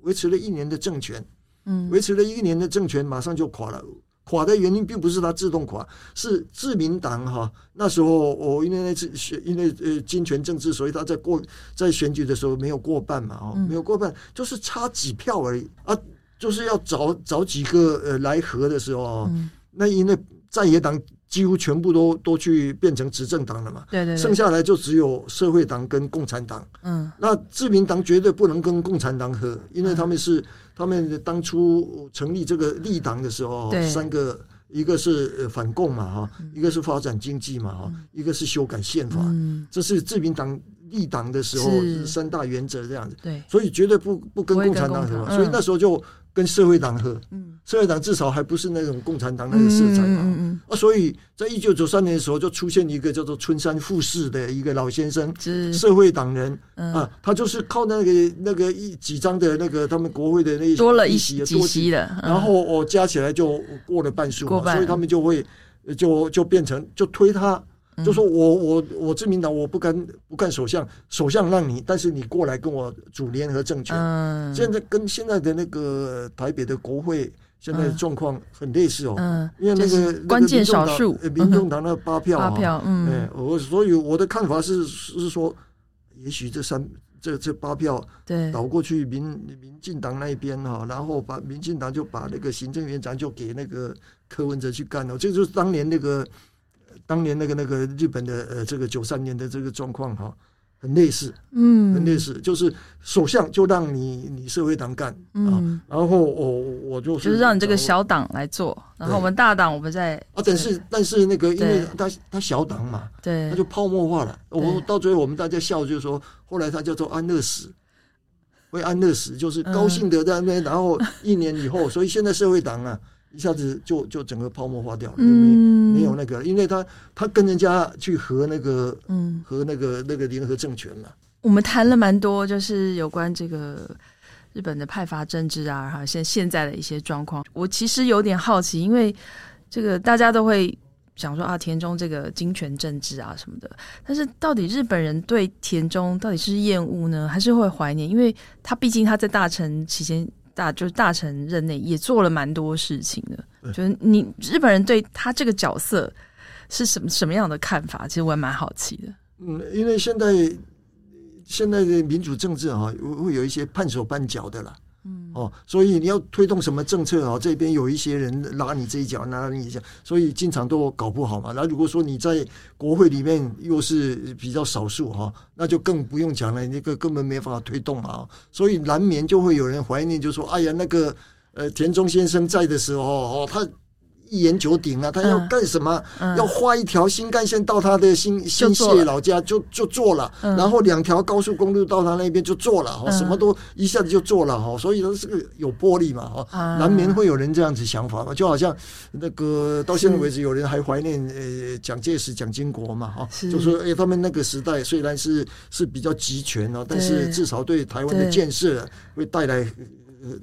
[SPEAKER 1] 维持了一年的政权，
[SPEAKER 2] 嗯
[SPEAKER 1] 维持了一年的政权，马上就垮了。垮的原因并不是他自动垮，是自民党哈。那时候我、哦因为那次选，因为呃金权政治，所以他在过在选举的时候没有过半嘛，哦，
[SPEAKER 2] 嗯
[SPEAKER 1] 没有过半，就是差几票而已啊，就是要找找几个呃来和的时候哦，
[SPEAKER 2] 嗯，
[SPEAKER 1] 那因为在野党几乎全部都都去变成执政党了嘛，
[SPEAKER 2] 对对
[SPEAKER 1] 剩
[SPEAKER 2] 对，
[SPEAKER 1] 下来就只有社会党跟共产党。
[SPEAKER 2] 嗯
[SPEAKER 1] 那自民党绝对不能跟共产党合，因为他们
[SPEAKER 2] 嗯
[SPEAKER 1] 是、他们当初成立这个立党的时候
[SPEAKER 2] 对，
[SPEAKER 1] 三个一个是呃反共嘛哈，一个是发展经济嘛哈，一个是修改宪法，
[SPEAKER 2] 嗯，
[SPEAKER 1] 这是自民党立党的时候
[SPEAKER 2] 是
[SPEAKER 1] 三大原则这样子，
[SPEAKER 2] 对，
[SPEAKER 1] 所以绝对不不跟
[SPEAKER 2] 不会
[SPEAKER 1] 共
[SPEAKER 2] 跟
[SPEAKER 1] 产党
[SPEAKER 2] 共
[SPEAKER 1] 合，
[SPEAKER 2] 产
[SPEAKER 1] 所以
[SPEAKER 2] 嗯
[SPEAKER 1] 那时候就跟社会党合，
[SPEAKER 2] 嗯
[SPEAKER 1] 社会党至少还不是那种共产党那
[SPEAKER 2] 嗯
[SPEAKER 1] 个色彩嘛。
[SPEAKER 2] 嗯嗯
[SPEAKER 1] 啊，所以在一九九三年的时候，就出现一个叫做春山富士的一个老先生，
[SPEAKER 2] 嗯，是
[SPEAKER 1] 社会党人，
[SPEAKER 2] 嗯
[SPEAKER 1] 啊，他就是靠那个那个一几张的那个他们国会的那
[SPEAKER 2] 多了一
[SPEAKER 1] 一
[SPEAKER 2] 席
[SPEAKER 1] 席啊
[SPEAKER 2] 几
[SPEAKER 1] 多
[SPEAKER 2] 席，了，嗯
[SPEAKER 1] 然后我、哦加起来就过了半数
[SPEAKER 2] 过
[SPEAKER 1] 嘛，
[SPEAKER 2] 半
[SPEAKER 1] 所以他们就会呃就就变成就推他，
[SPEAKER 2] 嗯
[SPEAKER 1] 就说我我我自民党我不敢不干首相，首相让你，但是你过来跟我组联合政权。
[SPEAKER 2] 嗯
[SPEAKER 1] 现在跟现在的那个台北的国会现在的
[SPEAKER 2] 嗯
[SPEAKER 1] 状况很类似哦，
[SPEAKER 2] 嗯，
[SPEAKER 1] 因为那
[SPEAKER 2] 就
[SPEAKER 1] 个那
[SPEAKER 2] 是
[SPEAKER 1] 个
[SPEAKER 2] 关键
[SPEAKER 1] 民众
[SPEAKER 2] 少
[SPEAKER 1] 党
[SPEAKER 2] 数嗯
[SPEAKER 1] 呃民众党那八票
[SPEAKER 2] 发
[SPEAKER 1] 啊。
[SPEAKER 2] 票，
[SPEAKER 1] 哎
[SPEAKER 2] 嗯，，
[SPEAKER 1] 我所以我的看法是是说，也许这三这这八票
[SPEAKER 2] 对，
[SPEAKER 1] 倒过去民民进党那边哈、然后把民进党就把那个行政院长就给那个柯文哲去干了，这就是当年那个当年那个那个日本的呃这个九三年的这个状况哈、很类似，很类
[SPEAKER 2] 嗯
[SPEAKER 1] 似，就是首相就让你你社会党干，
[SPEAKER 2] 嗯，
[SPEAKER 1] 然后我我就
[SPEAKER 2] 就是让你这个小党来做，然后我们大党我们再
[SPEAKER 1] 啊，但是但是那个因为
[SPEAKER 2] 对
[SPEAKER 1] 他他小党嘛，
[SPEAKER 2] 对
[SPEAKER 1] 它就泡沫化了。
[SPEAKER 2] 对
[SPEAKER 1] 我到最后我们大家笑，就是说后来它叫做安乐死，会安乐死，就是
[SPEAKER 2] 嗯
[SPEAKER 1] 高兴的在那边，然后一年以 后，所以现在社会党啊，一下子就就整个泡沫化掉了，就没
[SPEAKER 2] 嗯
[SPEAKER 1] 没有那个，因为他他跟人家去和那个
[SPEAKER 2] 嗯，
[SPEAKER 1] 和那个那个联合政权嘛，
[SPEAKER 2] 我们谈了蛮多，就是有关这个日本的派阀政治啊，然后现现在的一些状况。我其实有点好奇，因为这个大家都会想说啊，田中这个金权政治啊什么的，但是到底日本人对田中到底是厌恶呢，还是会怀念？因为他毕竟他在大臣期间。大就是大臣任内也做了蛮多事情的，
[SPEAKER 1] 对
[SPEAKER 2] 就是你日本人对他这个角色是什么什么样的看法？其实我也蛮好奇的。
[SPEAKER 1] 嗯，因为现在现在的民主政治啊，会会有一些半手半脚的啦。
[SPEAKER 2] 嗯，
[SPEAKER 1] 哦，所以你要推动什么政策啊、哦？这边有一些人拉你这一脚，拉你一脚，所以经常都搞不好嘛。那如果说你在国会里面又是比较少数哈、那就更不用讲了，那个根本没法推动嘛、哦。所以难免就会有人怀念，就说：“哎呀，那个呃田中先生在的时候哦，他一言九鼎啊，他要
[SPEAKER 2] 嗯
[SPEAKER 1] 干什么？
[SPEAKER 2] 嗯
[SPEAKER 1] 要画一条新干线到他的新新
[SPEAKER 2] 做了
[SPEAKER 1] 泻老家就就做了，
[SPEAKER 2] 嗯
[SPEAKER 1] 然后两条高速公路到他那边就做了，哈，
[SPEAKER 2] 嗯
[SPEAKER 1] 什么都一下子就做了哈，所以他是个有魄力嘛哈。
[SPEAKER 2] 啊
[SPEAKER 1] 难免会有人这样子想法嘛，就好像那个到现在为止，有人还怀念呃蒋介石、蒋经国嘛，哈、
[SPEAKER 2] 嗯是
[SPEAKER 1] 就说哎、他们那个时代虽然是是比较集权啊，但是
[SPEAKER 2] 对
[SPEAKER 1] 至少对台湾的
[SPEAKER 2] 对
[SPEAKER 1] 建设会带来呃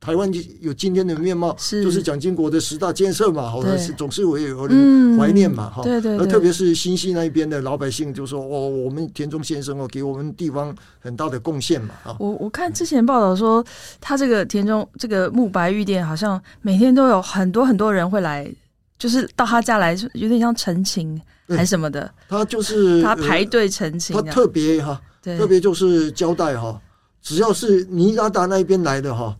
[SPEAKER 1] 台湾有今天的面貌，
[SPEAKER 2] 是
[SPEAKER 1] 就是蒋经国的十大建设嘛，好
[SPEAKER 2] 对
[SPEAKER 1] 像是总是会有
[SPEAKER 2] 嗯
[SPEAKER 1] 人怀念嘛，哦哈、
[SPEAKER 2] 对对
[SPEAKER 1] 而
[SPEAKER 2] 对
[SPEAKER 1] 特别是新西那一边的老百姓就说哦，我们田中先生哦，给我们地方很大的贡献嘛，啊，
[SPEAKER 2] 我我看之前报道说，他这个田中这个慕白玉店好像每天都有很多很多人会来，就是到他家来，有点像陈情
[SPEAKER 1] 对
[SPEAKER 2] 还是什么的，
[SPEAKER 1] 他就是
[SPEAKER 2] 他
[SPEAKER 1] 呃
[SPEAKER 2] 排队陈情
[SPEAKER 1] 他
[SPEAKER 2] 这样
[SPEAKER 1] 特别哈、
[SPEAKER 2] 对，
[SPEAKER 1] 特别就是交代哈，只要是尼加达那边来的哈，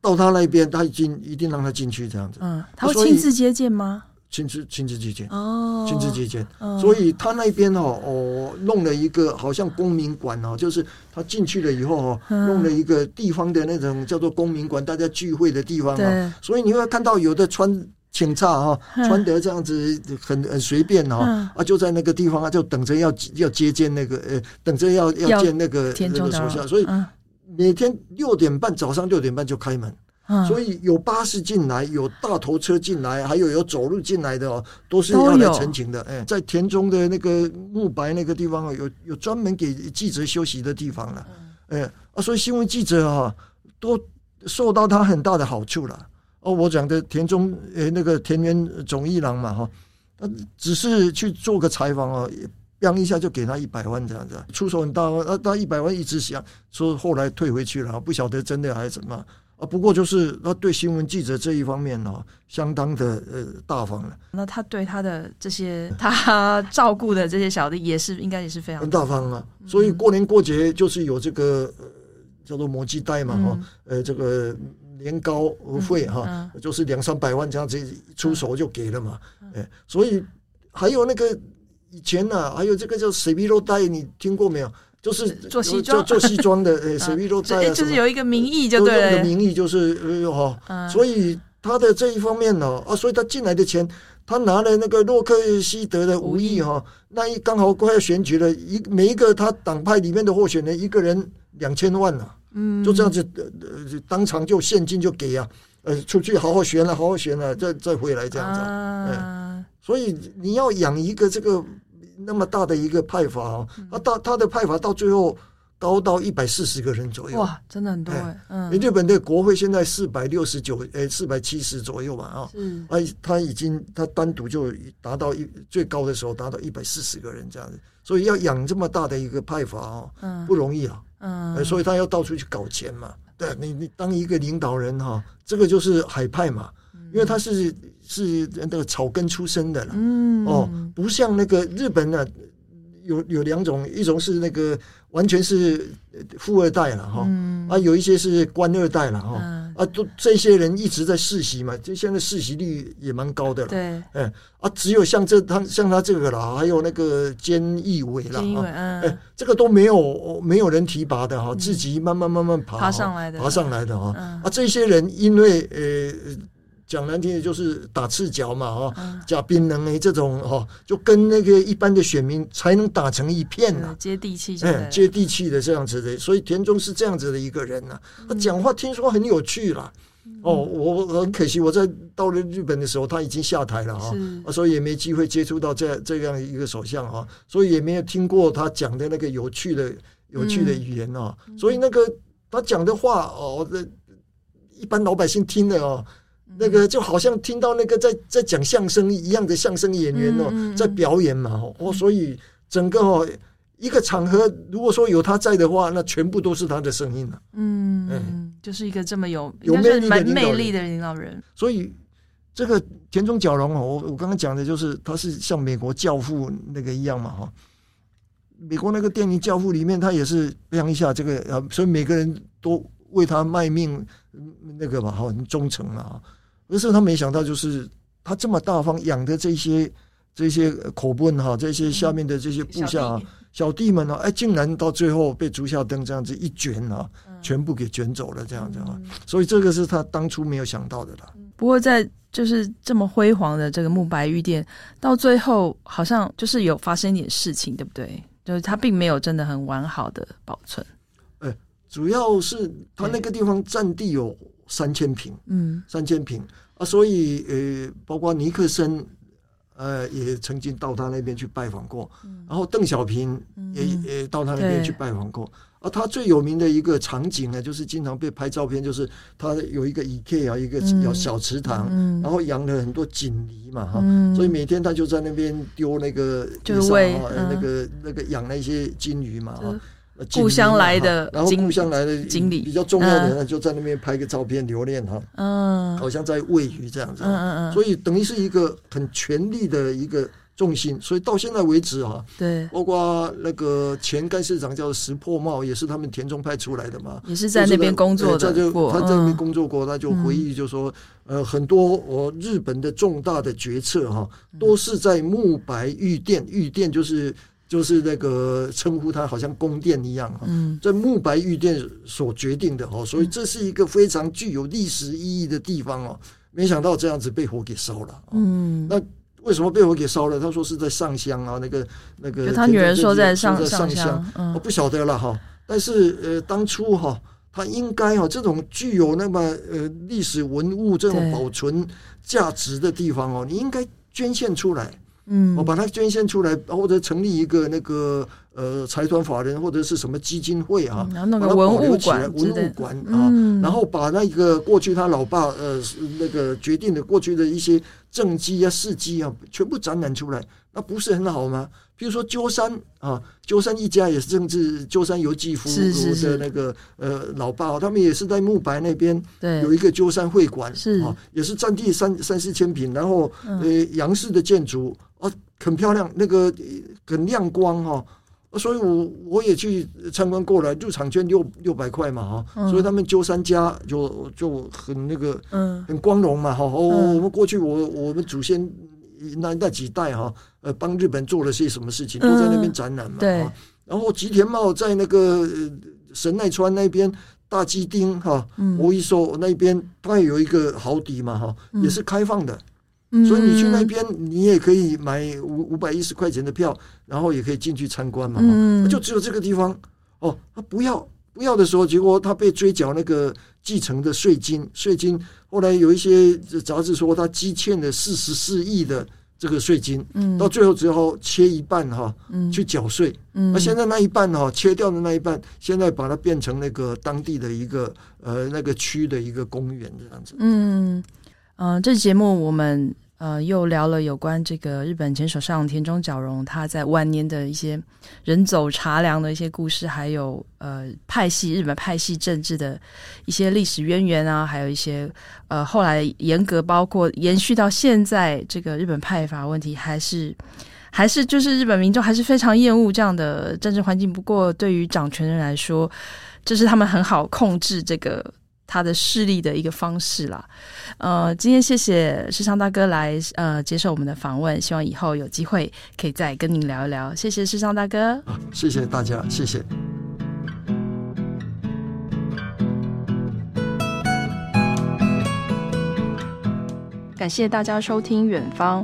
[SPEAKER 1] 到他那边他已经一定让他进去这样子，
[SPEAKER 2] 嗯，他会
[SPEAKER 1] 所以
[SPEAKER 2] 亲自接见吗？
[SPEAKER 1] 亲自亲自接见，
[SPEAKER 2] 哦，
[SPEAKER 1] 亲自接见。
[SPEAKER 2] 嗯，
[SPEAKER 1] 所以他那边哦哦弄了一个好像公民馆哦，就是他进去了以后哦，
[SPEAKER 2] 嗯
[SPEAKER 1] 弄了一个地方的那种叫做公民馆，大家聚会的地方啊、
[SPEAKER 2] 对，
[SPEAKER 1] 所以你会看到有的穿警察哈、
[SPEAKER 2] 嗯
[SPEAKER 1] 穿得这样子很很随便哈、
[SPEAKER 2] 嗯
[SPEAKER 1] 啊，就在那个地方啊，就等着要要接见那个呃，等着要
[SPEAKER 2] 要
[SPEAKER 1] 要见那个
[SPEAKER 2] 田
[SPEAKER 1] 那
[SPEAKER 2] 中
[SPEAKER 1] 个
[SPEAKER 2] 长
[SPEAKER 1] 首
[SPEAKER 2] 老
[SPEAKER 1] 相，所以
[SPEAKER 2] 嗯
[SPEAKER 1] 每天六点半，早上六点半就开门，
[SPEAKER 2] 嗯，
[SPEAKER 1] 所以有巴士进来，有大头车进来，还有有走路进来的哦，都是
[SPEAKER 2] 都
[SPEAKER 1] 要来
[SPEAKER 2] 有
[SPEAKER 1] 陈情的。哎，在田中的那个木白那个地方哦，有有专门给记者休息的地方了。
[SPEAKER 2] 嗯
[SPEAKER 1] 哎啊，所以新闻记者啊，都受到他很大的好处了。哦，我讲的田中啊呃那个田园总一郎嘛哈，他只是去做个采访哦，也砰一下就给他一百万这样子，出手很大哦，那他一百万一直想说后来退回去了，啊不晓得真的还是怎么样啊。不过就是他对新闻记者这一方面哦，相当的呃大方了，
[SPEAKER 2] 那他对他的这些他 照顾的这些小弟也是应该也是非常
[SPEAKER 1] 很大方啊。
[SPEAKER 2] 嗯
[SPEAKER 1] 所以过年过节就是有这个呃叫做摩鸡带嘛哈、
[SPEAKER 2] 嗯
[SPEAKER 1] 呃这个年糕费哈、
[SPEAKER 2] 嗯嗯
[SPEAKER 1] 就是两三百万这样子一出手就给了嘛，哎，所以还有那个以前呢、还有这个叫水皮肉带，你听过没有？就是
[SPEAKER 2] 做西装
[SPEAKER 1] 做做西装的， 哎，水皮肉带
[SPEAKER 2] 就
[SPEAKER 1] 啊，
[SPEAKER 2] 就
[SPEAKER 1] 什
[SPEAKER 2] 是
[SPEAKER 1] 么
[SPEAKER 2] 有一个名义就
[SPEAKER 1] 都用
[SPEAKER 2] 对
[SPEAKER 1] 的
[SPEAKER 2] 了，
[SPEAKER 1] 名义就是呃哈，
[SPEAKER 2] 嗯，
[SPEAKER 1] 所以他的这一方面呢、啊，所以他进来的钱，他拿了那个洛克希德的五亿哈、那一刚好快要选举了，一每一个他党派里面的候选人，一个人两千万呐、
[SPEAKER 2] 嗯
[SPEAKER 1] 就这样子，呃呃，当场就现金就给啊，呃，出去好好选了、好好选了、再再回来这样子啊、
[SPEAKER 2] 啊，
[SPEAKER 1] 所以你要养一个这个那么大的一个派阀哦，
[SPEAKER 2] 嗯
[SPEAKER 1] 啊，到他的派阀到最后高到一百四十个人左右。
[SPEAKER 2] 哇，真的很多
[SPEAKER 1] 哎
[SPEAKER 2] 哎，嗯，
[SPEAKER 1] 日本的国会现在四百六十九，呃，四百七十左右吧，啊，
[SPEAKER 2] 是
[SPEAKER 1] 哎，他已经他单独就达到一最高的时候达到一百四十个人这样子，所以要养这么大的一个派阀哦，
[SPEAKER 2] 嗯
[SPEAKER 1] 不容易啊，呃
[SPEAKER 2] 嗯，
[SPEAKER 1] 所以他要到处去搞钱嘛。对你，你当一个领导人哈、这个就是海派嘛，因为他是是那个草根出身的啦，
[SPEAKER 2] 嗯嗯
[SPEAKER 1] 哦，不像那个日本呢、有有两种，一种是那个完全是呃富二代了哈，
[SPEAKER 2] 嗯
[SPEAKER 1] 啊，有一些是官二代了哈，
[SPEAKER 2] 嗯，
[SPEAKER 1] 啊，都这些人一直在世袭嘛，就现在世袭率也蛮高的了，
[SPEAKER 2] 对，
[SPEAKER 1] 哎，啊，只有像这他像他这个啦，还有那个菅义伟啦，
[SPEAKER 2] 是因为
[SPEAKER 1] 啊哎
[SPEAKER 2] 嗯，
[SPEAKER 1] 这个都没有没有人提拔的哈，自己慢慢慢慢爬
[SPEAKER 2] 爬
[SPEAKER 1] 哈
[SPEAKER 2] 上来的
[SPEAKER 1] 爬上来的哈，
[SPEAKER 2] 嗯
[SPEAKER 1] 啊，这些人因为呃讲难听的就是打赤脚嘛哈。
[SPEAKER 2] 嗯，
[SPEAKER 1] 假槟榔哎，这种哦，就跟那个一般的选民才能打成一片呐、
[SPEAKER 2] 嗯对接地气就
[SPEAKER 1] 哎、
[SPEAKER 2] 对了，
[SPEAKER 1] 接地气的这样子的，所以田中是这样子的一个人
[SPEAKER 2] 嗯
[SPEAKER 1] 呐、他讲话听说很有趣啦。哦，我我很可惜，我在到了日本的时候，他已经下台了哈、
[SPEAKER 2] 是
[SPEAKER 1] 啊，所以也没机会接触到这这样一个首相啊，所以也没有听过他讲的那个有趣的有趣
[SPEAKER 2] 嗯
[SPEAKER 1] 的语言啊，所以那个他讲的话哦，这一般老百姓听了哦，
[SPEAKER 2] 嗯
[SPEAKER 1] 那个就好像听到那个在在讲相声一样的相声演员哦，
[SPEAKER 2] 嗯嗯嗯
[SPEAKER 1] 在表演嘛哦，哦，所以整个哦一个场合，如果说有他在的话，那全部都是他的声音了、啊
[SPEAKER 2] 嗯，就是一个这么有
[SPEAKER 1] 哎有
[SPEAKER 2] 应该是
[SPEAKER 1] 魅力的
[SPEAKER 2] 蛮
[SPEAKER 1] 领导
[SPEAKER 2] 魅
[SPEAKER 1] 人
[SPEAKER 2] 力的领导人，
[SPEAKER 1] 所以这个田中角荣哦，我我刚刚讲的就是他是像美国教父那个一样嘛哈、美国那个电影《教父》里面，他也是亮一下这个啊，所以每个人都为他卖命，嗯那个吧哈，很忠诚了啊。可是他没想到，就是他这么大方养的这些这些呃口笨哈，这些下面的这些部下
[SPEAKER 2] 小
[SPEAKER 1] 啊
[SPEAKER 2] 弟
[SPEAKER 1] 小弟们啊，哎，竟然到最后被竹下登这样子一卷啊，
[SPEAKER 2] 嗯
[SPEAKER 1] 全部给卷走了这样子啊。所以这个是他当初没有想到的啦。
[SPEAKER 2] 不过在就是这么辉煌的这个慕白玉店，到最后好像就是有发生一点事情，对不对？就是它并没有真的很完好的保存。
[SPEAKER 1] 主要是他那个地方占地有三千平，
[SPEAKER 2] 嗯
[SPEAKER 1] 三千平啊，所以呃，包括尼克森，呃，也曾经到他那边去拜访过，然后邓小平也、
[SPEAKER 2] 嗯
[SPEAKER 1] 也到他那边
[SPEAKER 2] 对
[SPEAKER 1] 去拜访过。啊，他最有名的一个场景呢，就是经常被拍照片，就是他有一个 IKEA 啊，一个
[SPEAKER 2] 嗯
[SPEAKER 1] 小小池塘，
[SPEAKER 2] 嗯
[SPEAKER 1] 然后养了很多锦鲤嘛，哈、
[SPEAKER 2] 嗯
[SPEAKER 1] 所以每天他就在那边丢那个
[SPEAKER 2] 就是
[SPEAKER 1] 衣裳
[SPEAKER 2] 喂
[SPEAKER 1] 啊
[SPEAKER 2] 嗯
[SPEAKER 1] 那个那个养那些金鱼嘛，
[SPEAKER 2] 就是
[SPEAKER 1] 哈。呃锦
[SPEAKER 2] 故
[SPEAKER 1] 鲤
[SPEAKER 2] 乡
[SPEAKER 1] 嘛
[SPEAKER 2] 来
[SPEAKER 1] 哈
[SPEAKER 2] 的
[SPEAKER 1] 然后
[SPEAKER 2] 锦
[SPEAKER 1] 故乡来的
[SPEAKER 2] 锦鲤
[SPEAKER 1] 比较重要的
[SPEAKER 2] 嗯
[SPEAKER 1] 呢，就在那边拍个照片留念哈，
[SPEAKER 2] 嗯
[SPEAKER 1] 好像在喂鱼这样子
[SPEAKER 2] 嗯
[SPEAKER 1] 啊。
[SPEAKER 2] 嗯嗯，
[SPEAKER 1] 所以等于是一个很权力的一个重心，所以到现在为止哈、
[SPEAKER 2] 对，
[SPEAKER 1] 包括那个前干事长叫石破茂，也是他们田中派出来的嘛，
[SPEAKER 2] 也是在那边工作
[SPEAKER 1] 对
[SPEAKER 2] 的
[SPEAKER 1] 他就
[SPEAKER 2] 过，
[SPEAKER 1] 他在那边
[SPEAKER 2] 嗯
[SPEAKER 1] 工作过，他就回忆就说，呃，很多我、哦日本的重大的决策哈、
[SPEAKER 2] 嗯
[SPEAKER 1] 都是在慕白御殿，御殿就是就是那个称呼他好像宫殿一样哈、
[SPEAKER 2] 嗯
[SPEAKER 1] 在慕白御殿所决定的哦，所以这是一个非常具有历史意义的地方哦。没想到这样子被火给烧了、哦，
[SPEAKER 2] 嗯，
[SPEAKER 1] 那为什么被火给烧了？他说是在上香啊，那个那个
[SPEAKER 2] 就
[SPEAKER 1] 田中正治，
[SPEAKER 2] 他女儿说在上
[SPEAKER 1] 说
[SPEAKER 2] 上
[SPEAKER 1] 上
[SPEAKER 2] 香，
[SPEAKER 1] 我
[SPEAKER 2] 嗯
[SPEAKER 1] 不晓得了哈。但是呃，当初哈，他应该哈这种具有那么呃历史文物这
[SPEAKER 2] 对
[SPEAKER 1] 种保存价值的地方哦，你应该捐献出来。我
[SPEAKER 2] 嗯
[SPEAKER 1] 把它捐献出来，或者成立一个那个呃财团法人或者是什么基金会啊，
[SPEAKER 2] 嗯然后弄
[SPEAKER 1] 把
[SPEAKER 2] 个
[SPEAKER 1] 它
[SPEAKER 2] 文
[SPEAKER 1] 保留
[SPEAKER 2] 物
[SPEAKER 1] 起来，
[SPEAKER 2] 馆之
[SPEAKER 1] 文
[SPEAKER 2] 类
[SPEAKER 1] 物
[SPEAKER 2] 的，
[SPEAKER 1] 馆啊，
[SPEAKER 2] 嗯，
[SPEAKER 1] 然后把那个过去他老爸呃是那个决定的过去的一些政绩啊、事迹啊，全部展览出来，那不是很好吗？比如说鸠山啊，鸠山一家也是政治，鸠山由纪夫
[SPEAKER 2] 是是是
[SPEAKER 1] 的那个呃老爸、他们也是在慕白那边
[SPEAKER 2] 嗯对
[SPEAKER 1] 有，一个鸠山会馆，
[SPEAKER 2] 是
[SPEAKER 1] 啊，也是占地三三四千平，然后呃
[SPEAKER 2] 嗯
[SPEAKER 1] 洋式的建筑啊，很漂亮，那个呃很亮光哈、啊所以我我也去参观过来，入场券六六百块嘛哈、
[SPEAKER 2] 嗯
[SPEAKER 1] 所以他们鸠山家就就很那个
[SPEAKER 2] 嗯
[SPEAKER 1] 很光荣嘛哈、哦，
[SPEAKER 2] 嗯
[SPEAKER 1] 我们过去我我们祖先那那几代哈、呃，帮日本做了些什么事情，都在那边展览嘛、
[SPEAKER 2] 嗯对
[SPEAKER 1] 啊然后吉田茂在那个呃神奈川那边大基町哈、
[SPEAKER 2] 嗯，
[SPEAKER 1] 我一说那边它也有一个好底嘛哈，
[SPEAKER 2] 嗯
[SPEAKER 1] 也是开放的，
[SPEAKER 2] 嗯
[SPEAKER 1] 所以你去那，边你也可以买五五百一十块钱的票，然后也可以进去参观嘛哈，
[SPEAKER 2] 嗯，
[SPEAKER 1] 就只有这个地方哦，他不要不要的时候，结果他被追缴那个继承的税金，税金后来有一些杂志说他积欠了四十四亿的这个税金，
[SPEAKER 2] 嗯
[SPEAKER 1] 到最后只好切一半哈、
[SPEAKER 2] 嗯
[SPEAKER 1] 去缴税。
[SPEAKER 2] 嗯，
[SPEAKER 1] 那现在那一半哈、切掉的那一半，现在把它变成那个当地的一个呃那个区的一个公园这样子。
[SPEAKER 2] 嗯嗯、呃这节目我们呃又聊了有关这个日本前首相田中角荣他在晚年的一些人走茶凉的一些故事，还有呃派系日本派系政治的一些历史渊源啊，还有一些呃后来严格包括延续到现在这个日本派阀问题还是。还是就是日本民众还是非常厌恶这样的政治环境。不过对于掌权人来说，这是他们很好控制这个他的势力的一个方式啦。呃，今天谢谢世昌大哥来呃接受我们的访问，希望以后有机会可以再跟您聊一聊。谢谢世昌大哥。
[SPEAKER 1] 啊，谢谢大家，谢谢。
[SPEAKER 2] 感谢大家收听《远方》。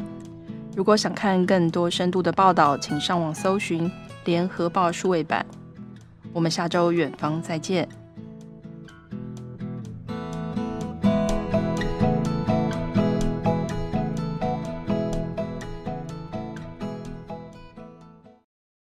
[SPEAKER 2] 如果想看更多深度的报道，请上网搜寻《联合报》数位版。我们下周《远方》再见。